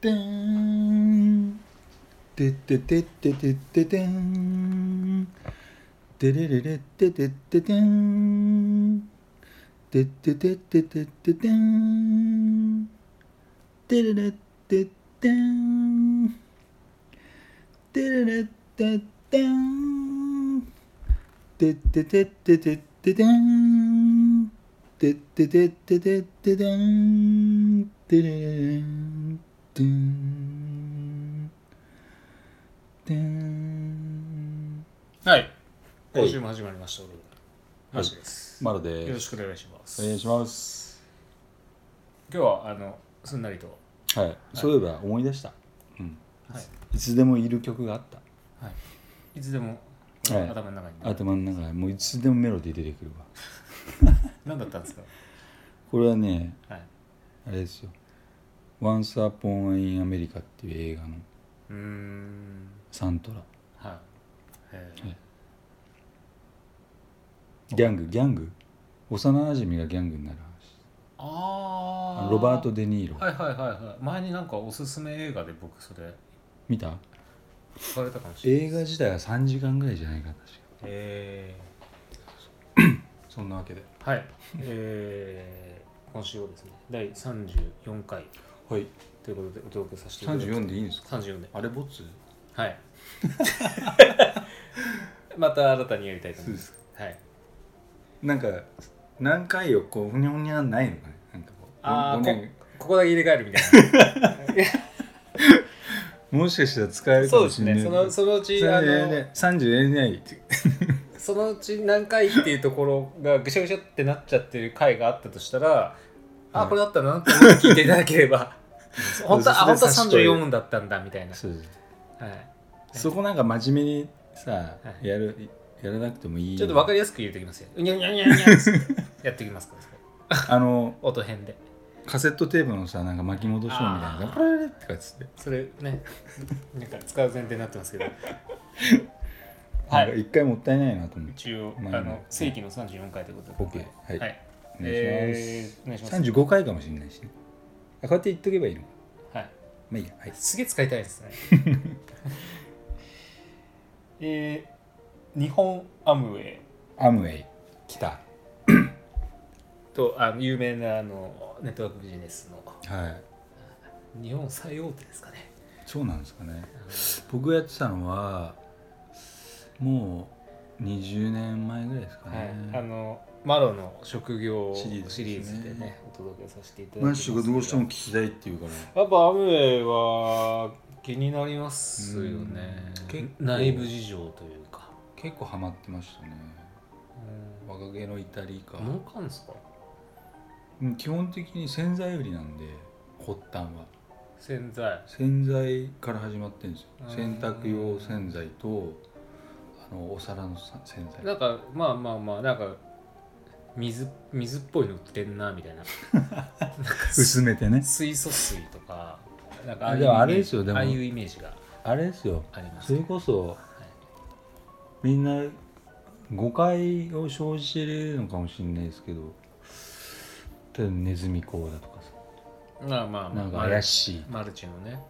てんてってってってってっててんてれれれってってっててんてってってってってっててんてれれってってんてれれってってんてってってってってっててんてってってってってっててんてれれんてんてんははい。い今週も始まりました。俺マジです。マロよでろす。しくお願いします。お願いします。今日はあのすんなりと。はい。そういえば思い出した。うん。はい。いつでもいる曲があった。いつでも、はい頭の中に、頭の中にもういつでもメロディー出てくるわ。何だったんですか。これはね、はい。あれですよ。Once Upon in America っていう映画のうーん。サントラ。はい。えーはいギャング、ギャング幼馴染みがギャングになるあ話。あ。ロバート・。デ・ニーロ。はいはいはいはい。前になんかおすすめ映画で僕それ見た聞かれたかもしれない。映画自体は3時間ぐらいじゃないかな確か。えそんなわけで。ー、はい。えー、今週はですね第三十四回はい。ということでお届けさせていただきます。 34でいいんですか三十四で。あれ、ボツはい。 また新たにやりたいと思います。はい。なんか何回をこうふにゃふにゃないのかねなんかこうあほにゃーこここだけ入れ替えるみたいもしかしたら使えな。るそかうもですしれなね。いそのそのうちあの30年代ってそのうち何回っていうところがぐしゃぐしゃってなっちゃってる回があったとしたら、あはいーこれだったなって思って聞いていただけれ ば、本当はそうそあ本当はれ三差しと十いて四だったんだみたいな。そうそうはい。そこなんか真面目にさはいやるやらなくてもいいちょっとわかりやすく入れておきますよ。にゃにゃにゃにゃっつってやっておきますから。それあの音変で。カセットテープのさなんか巻き戻し音みたいなあープルルルってかつってそれね、なんか使う前提になってますけど。なんか一回もったいないなと思って一応、まあまああの正規の34回ということで。 OK はい、はい。お願いしますえーお願いします。 35回かもしれないしねあこうやって言っとけばいいのはい。まあいいやはいすげえ使いたいですね。 えー、日本アムウェイアムウェイ来たとあの有名なあのネットワークビジネスのはい日本最大手ですかね。そうなんですかね僕がやってたのはもう20年前ぐらいですかはいね、、あのマロの職業シシリリーーズですねズでねお届けさせていただきマまッすシけュどがどうしても聞きたいっていうからやっぱアムウェイは気になりますよねうん結構内部事情というか、結構ハマってましたねうん若気の至りか儲かんすかうん基本的に洗剤売りなんで発端は洗剤洗剤から始まってるんですようん洗濯用洗剤とあのお皿のさ洗 剤なんかまあまあまあなんか水水っぽいの売ってんなみたいな 薄めてね水素水とかなんかあああいうでもあれイメージですよでもああいうイメージがあれですよありますそれこそみんな誤解を生じてるのかもしれないですけど例えばネズミ講だとかさまあまあまなあんかマル怪しいマルチのね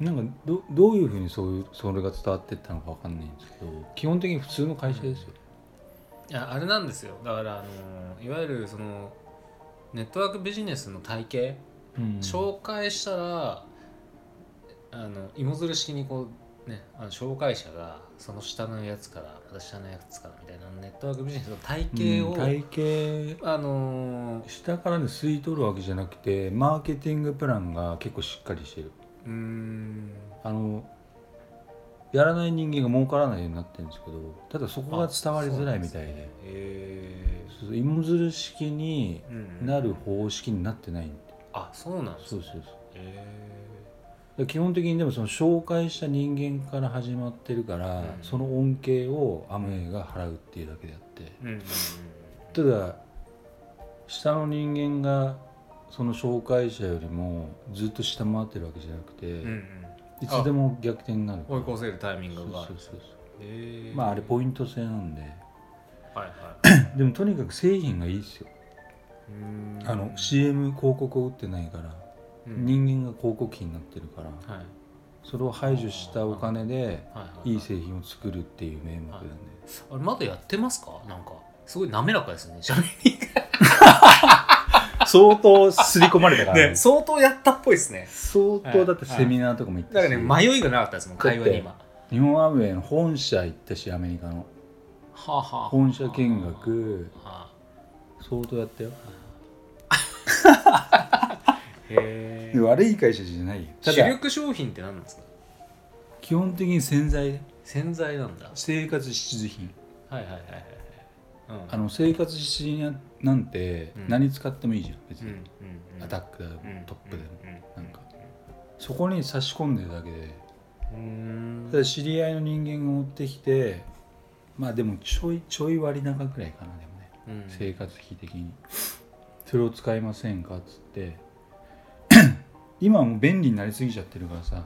うんなんかどどういうふうにそういうそれが伝わってったのかわかんないんですけど基本的に普通の会社ですよ、いやあれなんですよだからあのーいわゆるそのネットワークビジネスの体系うん紹介したらあの芋づる式にこうねあの紹介者がその下のやつからまた下のやつからみたいなネットワークビジネスの体系を、うん体系あのー下からね吸い取るわけじゃなくてマーケティングプランが結構しっかりしてるうーんあのやらない人間が儲からないようになってるんですけどただそこが伝わりづらいみたいでへえそうそう芋づる式にうんなる方式になってないんであそうなんですそうねそうそうだかへら基本的にでもその紹介した人間から始まってるから、うんその恩恵をアムウェイが払うっていうだけであってえうんうんうんただ下の人間がその紹介者よりもずっと下回ってるわけじゃなくて、うんうんいつでも逆転になる追い越せるタイミンそうグがあそるうそうそへえうまああれポイント制なんではいはいでもとにかく製品がいいですようーんあの CM 広告を打ってないからうん人間が広告費になってるから、はいはいそれを排除したお金ではいいい製品を作るっていう名目だね、あれまだやってますかなんかすごい滑らか ですね喋り 相当刷り込まれたかがらね ね相当やったっぽいですね相当だってセミナーとかも行っただし、からね迷いがなかったですもん会話に今は日本アムウェイの本社行ったしアメリカのあはあはあ本社見学はあ相当やったよへでえ悪い会社じゃないよた主だ力商品って何なんですか基本的に洗剤洗剤なんだ生活必需品はいはいはいはいはいあの生活必需品なんてうん何使ってもいいじゃん別うんうに、んうんアタックだよ、トップだよ、うんなんかそこに差し込んでるだけでうんただ知り合いの人間が持ってきてまあでもちょいちょい割高くらいかなでもねうん生活費的にそれを使いませんかっつって 今はもう便利になりすぎちゃってるからさ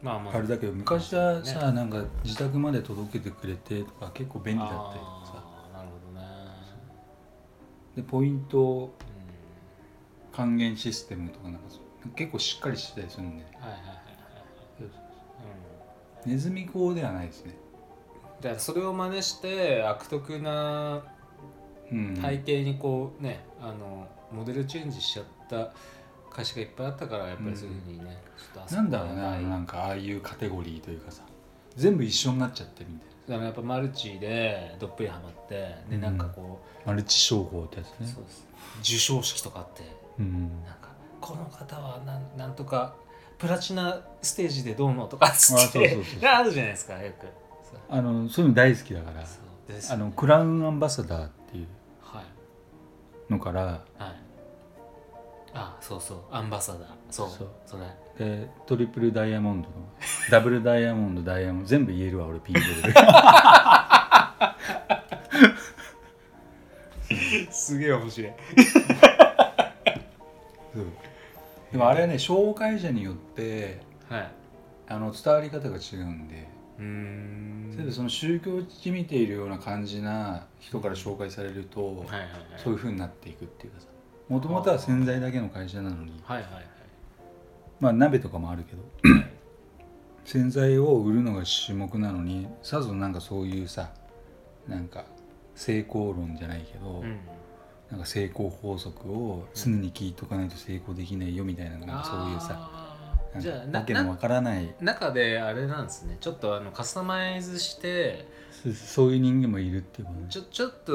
まあまああれだけど昔はねさなんか自宅まで届けてくれてとか結構便利だったりとかさあーなるほどねでポイント還元システムとかなんかそう結構しっかりしてたりするんでうんはいはいはいはいそううネズミ講ではないですねんだからそれを真似して悪徳なうん体系にこうねあのモデルチェンジしちゃった会社がいっぱいあったからやっぱりそういうふうにね、ちょっとあそこなんだろうねはあいのなんかああいうカテゴリーというかさ全部一緒になっちゃってるみたいだからやっぱマルチでどっぷりハマってでうんなんかこなマルチ商法ってやつう,、ねそうです授賞式とかあってうんなんかこの方はなんなんとかプラチナステージでどうのとかっつあそうっそうてそう あるじゃないですかよくそうあのそういうの大好きだからそうですあのクラウンアンバサダーっていうはいのからはいあそうそうアンバサダーそうそうそれ でトリプルダイヤモ ンドのダブルダイヤモンドダイヤモンド全部言えるわ俺ピン クですげえ面白ういんでもあれはね紹介者によってはいあの伝わり方が違うんでうーん例えばその宗教地見ているような感じな人から紹介されるとはいはいはいそういう風になっていくっていうかさもともとは洗剤だけの会社なのにはいはいはいまあ鍋とかもあるけど洗剤を売るのが主目なのにさぞなんかそういうさなんか成功論じゃないけど、うんなんか成功法則を常に聞いとかないと成功できないよみたいななんかそういうさあーじゃあななんかわけのなわからない中であれなんですねちょっとあのカスタマイズしてそそういう人間もいるっていうことねちょちょっと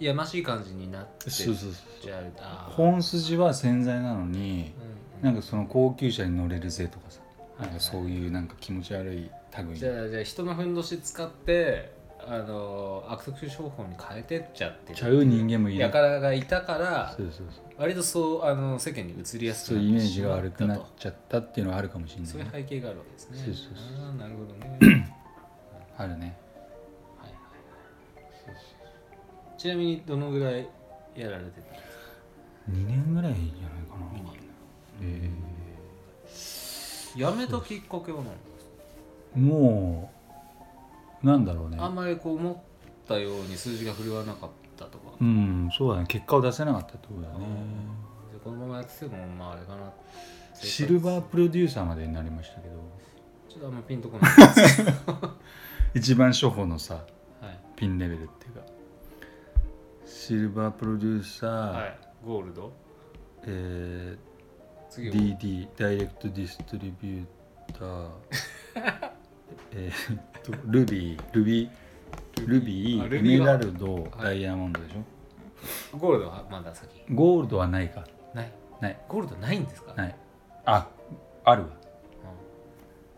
やましい感じになってそうそうそうじゃああー本筋は洗剤なのにうんなんかその高級車に乗れるぜとかさはいなんかそういうなんか気持ち悪い類じのゃあじゃあ人のふんどし使ってあの悪徳商法に変えてっちゃってるちゃう人間もいるやからがいたからそうそうそう割とそうあの世間に移りやすそくういうイなメーってしジがまっ悪くたなっとちゃったっていうのはあるかもしれないそういね、う背景があるわけですねそうそうそうあーなるほどねあるねはいはいはいちなみにどのぐらいやられてたんですか2年ぐらいじゃないかな二年えやめたきっかけは何ですかーもうなんだろうねあんまりこう思ったように数字が振るわなかったとか、うんそうだね結果を出せなかったってことだねでこのままやっててもまああれかなシルバーープロデューサーまでになりましたけどちょっとあんまピンとこないです一番初歩のさはいピンレベルっていうかシルバープロデューサー、はいゴールドえ次ー、は DD ダイレクトディストリビューター えーっとルビールビールビあールエビメーはラルド、ダイヤモンドでしょゴールドはまだ先ゴールドはないかないないゴールドないんですかないああるわ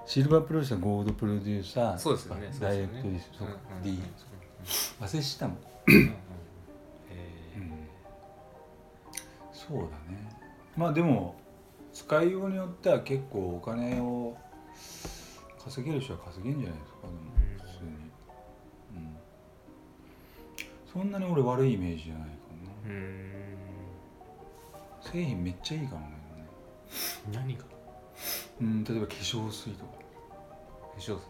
シルバープロデューサーゴールドプロデューサうーんそうですよねそうダでイレすよクねトディストうんリうんうビューターん D 忘れしたもん、うんうんうんえーそうだねまあでも使いようによっては結構お金を稼げる人は稼げんじゃないですかうんでも普通に、うん、そんなに俺悪いイメージじゃないかうーんな製品めっちゃいいからね、何がうん、例えば化粧水とか、化粧水うん、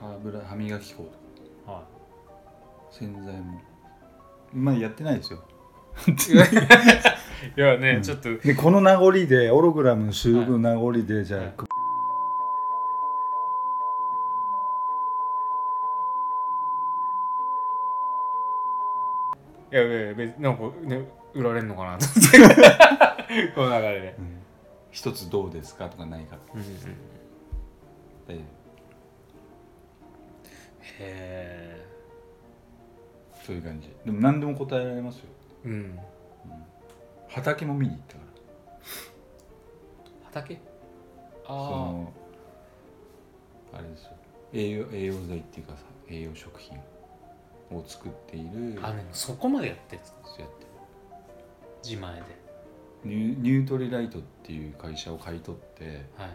歯ブラ歯磨き粉とかは洗剤もまあやってないですよいいやね、うんちょっとでこの名残でオログラムの収録の名残で、じゃあ、はいいやいやいや別になんかね売られんのかなと思ってこの流れで、うん一つどうですかとかないかっうんうんうん、てへえそういう感じでも何でも答えられますようん畑も見に行ったから畑そあのあれですよ栄養栄養剤っていうかさ栄養食品を作っているああれそこまでやってんですかそうやって自前でニュニュートリライトっていう会社を買い取ってはい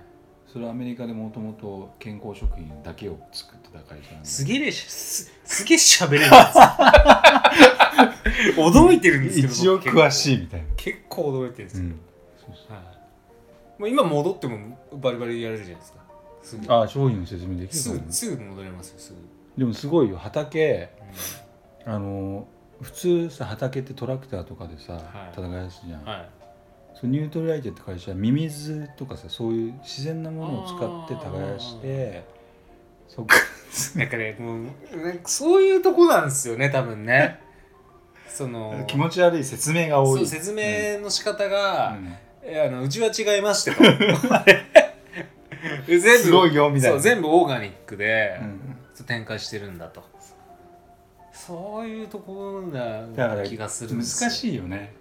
それはアメリカでもともと健康食品だけを作ってた会社なんですげえしすすげえ喋れるん ですよ驚いてるんですけど一応僕結構詳しいみたいな、結構驚いてるんですけど、そうそうはい、もう今戻ってもバリバリやれるじゃないですかすぐああ商品の説明できするかぐなすぐ戻れますよすぐ、でもすごいよ畑うんあの普通さ畑ってトラクターとかでさ、はい戦いすじゃん、はいそうニュートリライトって会社はミミズとかさそういう自然なものを使って耕してそっかなんかねもうなんかそういうとこなんですよね多分 ねその 気持ち悪い説明が多いそう説明の仕方うが、んえあのうちは違いましてと 全部すごいよみたいなそう全部オーガニックで、うん展開してるんだとそういうところだかなら気がするん難ですよしいよね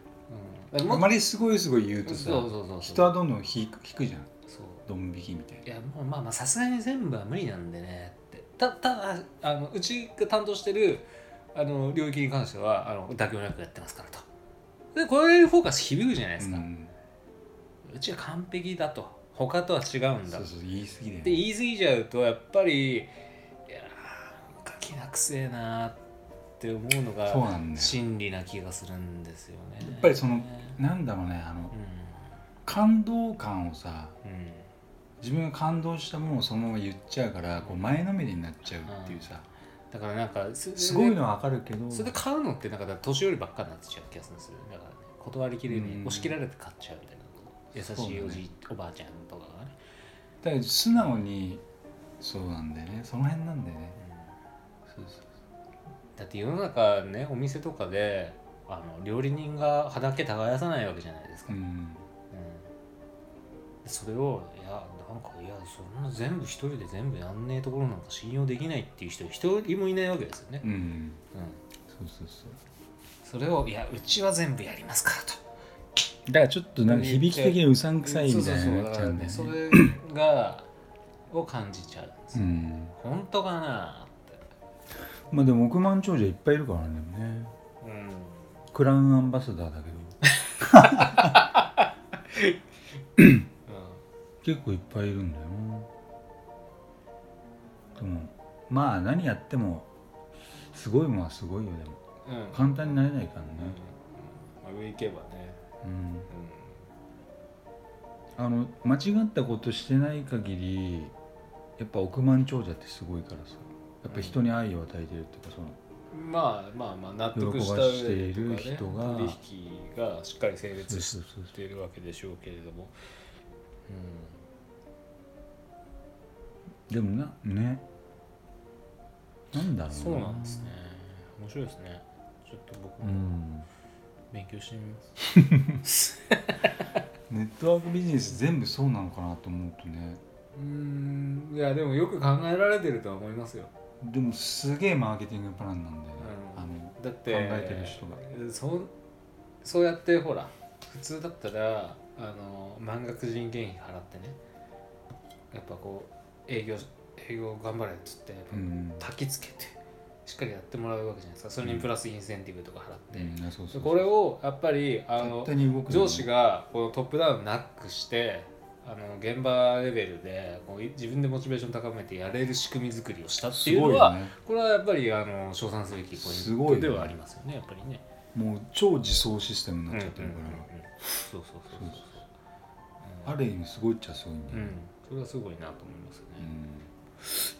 うん、だからあもっまりすごいすごい言うととさそうそうそうそう人はどんどん引く引くじゃんそうドン引きみたいいやもうまあまあさすがに全部は無理なんでねってたただあのうちが担当してるあの領域に関してはあの妥協なくやってますからとでこれにフォーカス響くじゃないですな、か、う、うんちは完璧だと他とは違うんそだうってそう言い過ぎだよ、ね、言い過ぎちゃうとやっぱりいやーガキなくせえなーって思うのそうがなんだよ真理な気がするんですよねやっぱりそのうんなんだろうねあの感動感をさうん自分が感動したものをそのまま言っちゃうからこう前のめりになっちゃうっていうさ、だからなんかすすごいのはわかるけどそれで買うのってなんかだから年寄りばっかになってきちゃう気がするんですよだからね断りきれにうん押し切られて買っちゃうみたいな優そうだしいねおじい、おばあちゃんとかがね、だから素直にそうなんだよねその辺なんだよねうんそうそうだって世の中ねお店とかであの料理人が畑耕さないわけじゃないですか、うんうんそれをいやなんかいやそんな全部一人で全部やんねえところなんか信用できないっていう人一人もいないわけですよね、うんうんそうそうそうそれをいやうちは全部やりますからとだからちょっとなんか響き的にうさんくさいみたいそうにそうそうなだっかちゃらうんだねよそねれがを感じちゃうんですうよ、ん本当かなってまあでも億万長者いっぱいいるからねうクラウンアンバサダーだけどん、結構いっぱいいるんだよなでもまあ何やってもすごいもんはすごいよでもうんうん簡単になれないからねうん、上行けばね、うんうあの間違ったことしてない限りやっぱ億万長者ってすごいからさやっぱ人に愛を与えてるっていうかそのん、まあまあまあ納得した喜ば上としている人かがね、取引がしっかり成立しそうそうそうているわけでしょうけれども、うん、でもなねなんだろうそうなんですね面白いですねちょっと僕うもん勉強してみます、ネットワークビジネス全部そうなのかなと思うとねうんいやでもよく考えられてるとは思いますよでもすげえマーケティングプランなんだよね、うんあのだって考えてる人がそうそうやってほら普通だったらあの満額人件費払ってねやっぱこう営業営業頑張れっつってやっうんぱ焚きつけてしっかりやってもらうわけじゃないですかそれにプラスインセンティブとか払って、うんいやそうそうでそうこれをやっぱりあ勝の手に動く上司がこのトップダウンなくしてあの現場レベルでこうい自分でモチベーション高めてやれる仕組み作りをしたってすいうごいのよは、ねこれはやっぱりあの称賛すべきポすイごンいトねではありますよねやっぱりね。もう超自走システムになっちゃってるかうんうんら、うんうんそうそうそうそうそううんある意味すごいっちゃすごいんだうよね、んそれはすごいなと思いますよね、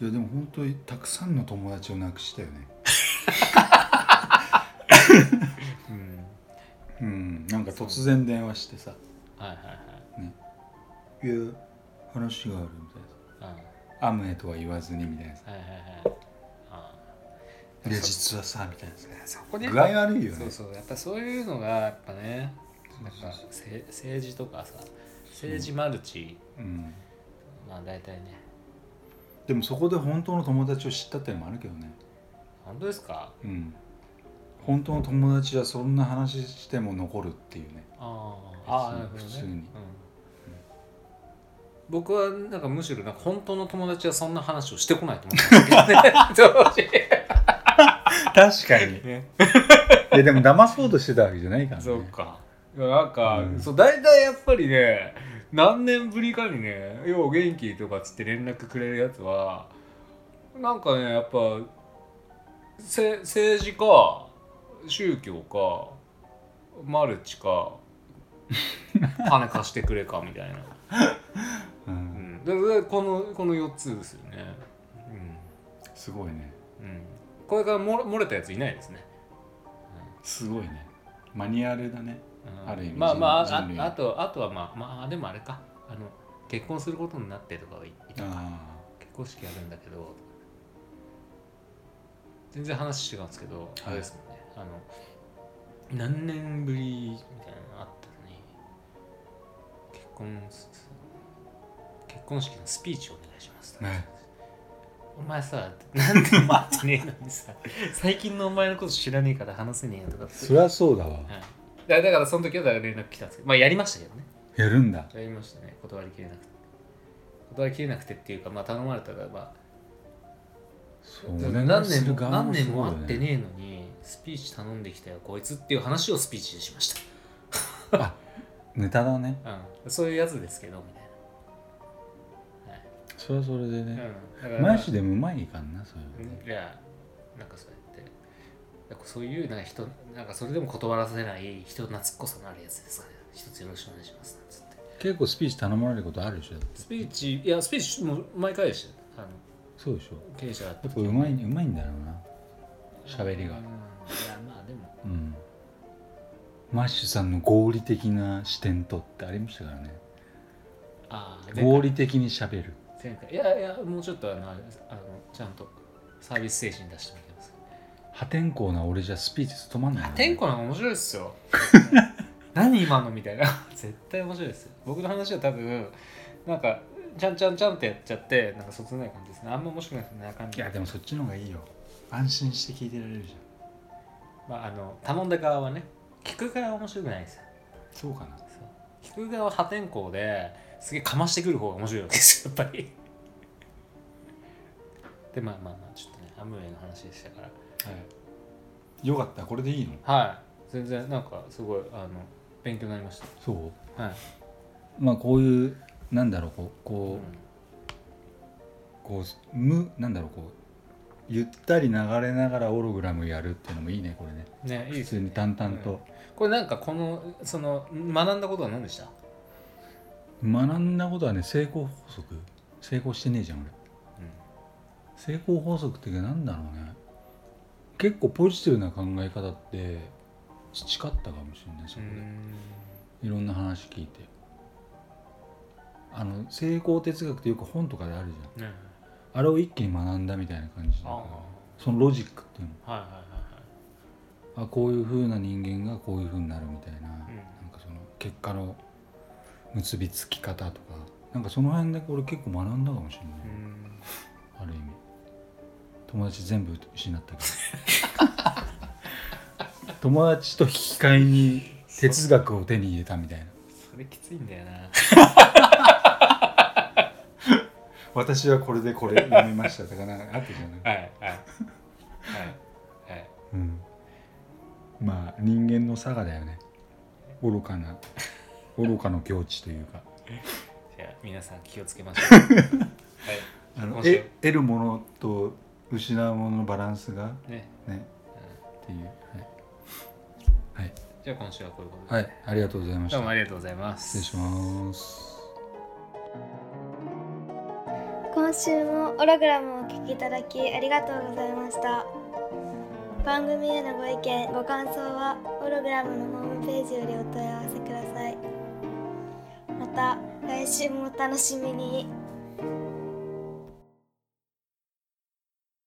うんいやでも本当にたくさんの友達をなくしたよねうんうんなんか突然電話してさはいはいは「いいや話がある」みたいうんはいな「アムへとは言わずに」みたいなさはいはいあ「で実はさ」みたいなさそこで具合悪いよそねうそうやっぱそういうのがやっぱねなんかせ政治とかさ政治マルチ、うんまあ大体ねでもそこで本当の友達を知ったっていうのもあるけどね本当ですかうん本当の友達はそんな話しても残るっていうねあーああーなるほどね普通にうん僕はなんかむしろなんか本当の友達はそんな話をしてこないと思って ますけどね当時 確かにででも騙そうとしてたわけじゃないからねそうか。いやなんか、うんそう大体やっぱりね何年ぶりかにね「よう元気?」とかつって連絡くれるやつはなんかねやっぱせ政治か宗教かマルチか金貸してくれかみたいう、な、うんん、ででこのこの4つですよね、すごいねうんうん、これから漏れ漏れたやついないですね、すごいねマニュアルだねうんある意味まあまあ人あ類あとあとはまあまあでもあれかあの結婚することになってとかはいいたあ結婚式やるんだけど全然話違うんですけど、あれですもんねあの何年ぶりみたいなのあったのに結婚す結婚式のスピーチお願いしますあねお前さなんで待ってねえのにさ最近のお前のこと知らねえから話せねえよとかってそりゃそうだわはい、だだからその時はだから連絡来たんですけどまあやりましたけどねやるんだやりましたね断りきれなくて断りきれなくてっていうかまあ頼まれたらまそうあ何年も何年も会ってねえのにスピーチ頼んできたよこいつっていう話をスピーチでしましネタだねた、うん、そういうやつですけどみたいそれはそれでな、ね、うん、だからマジでうまいかんなそれはねいやなんかそうやってだからそういうなんか人なんかそれでも断らせない人懐っこさのあるやつですから一つよろしくお願いしますなんつって結構スピーチ頼まれることあるでしょスピーチいやスピーチもう毎回でしたよあのそうでしょ経営者やってやっぱうまい,、うまいんだろうな喋りがうんいやまあでもうんマッシュさんの合理的な視点とってありましたからねああ合理的に喋る前回いやいやもうちょっとあのあれですあのちゃんとサービス精神出してみてます破天荒な俺じゃスピーチ務まんないな天候なんか面白いっすよ 何今のみたいな 絶対面白いですよ僕の話は多分なんかちゃんちゃんちゃんってやっちゃってなんかそつない感じですねあんま面白くないですね中身いやでもそっちの方がいいよ安心して聞いてられるじゃんまああの頼んだ側はね聞く側は面白くないですよそうかなそう聞く側は破天荒ですげえかましてくる方が面白いわけですよやっぱりでまあまあまあちょっとねアムウェイの話でしたからはいよかったこれでいいのはい全然なんかすごいあの勉強になりましそうたはい、まあこういうなんだろうこうこう,、こうう無なんだろうこうゆったり流れながらオログラムやるっていうのもいいねこれねん、ねいい普です通ねに淡々と、これなんかこのその学んだことは何でした学んだことはね成功法則成功してねえじゃん俺成功法則って何だろうね結構ポジティブな考え方って培ったかもしれないそこうで、いんろんな話聞いてあの成功哲学ってよく本とかであるじゃんねあれを一気に学んだみたいな感じだからあはそのロジックっていういはいはいのあこういう風な人間がこういう風になるみたいな,、んなんかその結果の結びつき方とかなんかその辺でこれ結構学んだかもしれない、あはいうんる意味友達全部失ったけど友達と引き換えに哲学を手に入れたみたいなそれきついんだよな私はこれでこれやめましたとかなんかあったじゃない、はいはいはいはいうん、まあ人間の差がだよね愚かな愚かの境地というかじゃあ皆さん気をつけましょ うはいあの面白いえ得るものと失うもののバランスがねねっていうはい、はいじゃあ今週はこういうことで、はい、ありがとうございましどうもあたりがとうございます失礼します今週もオログラムをお聞きいただきありがとうございました番組へのご意見ご感想はホログラムのホームページよりお問い合わせくださいまた来週もお楽しみに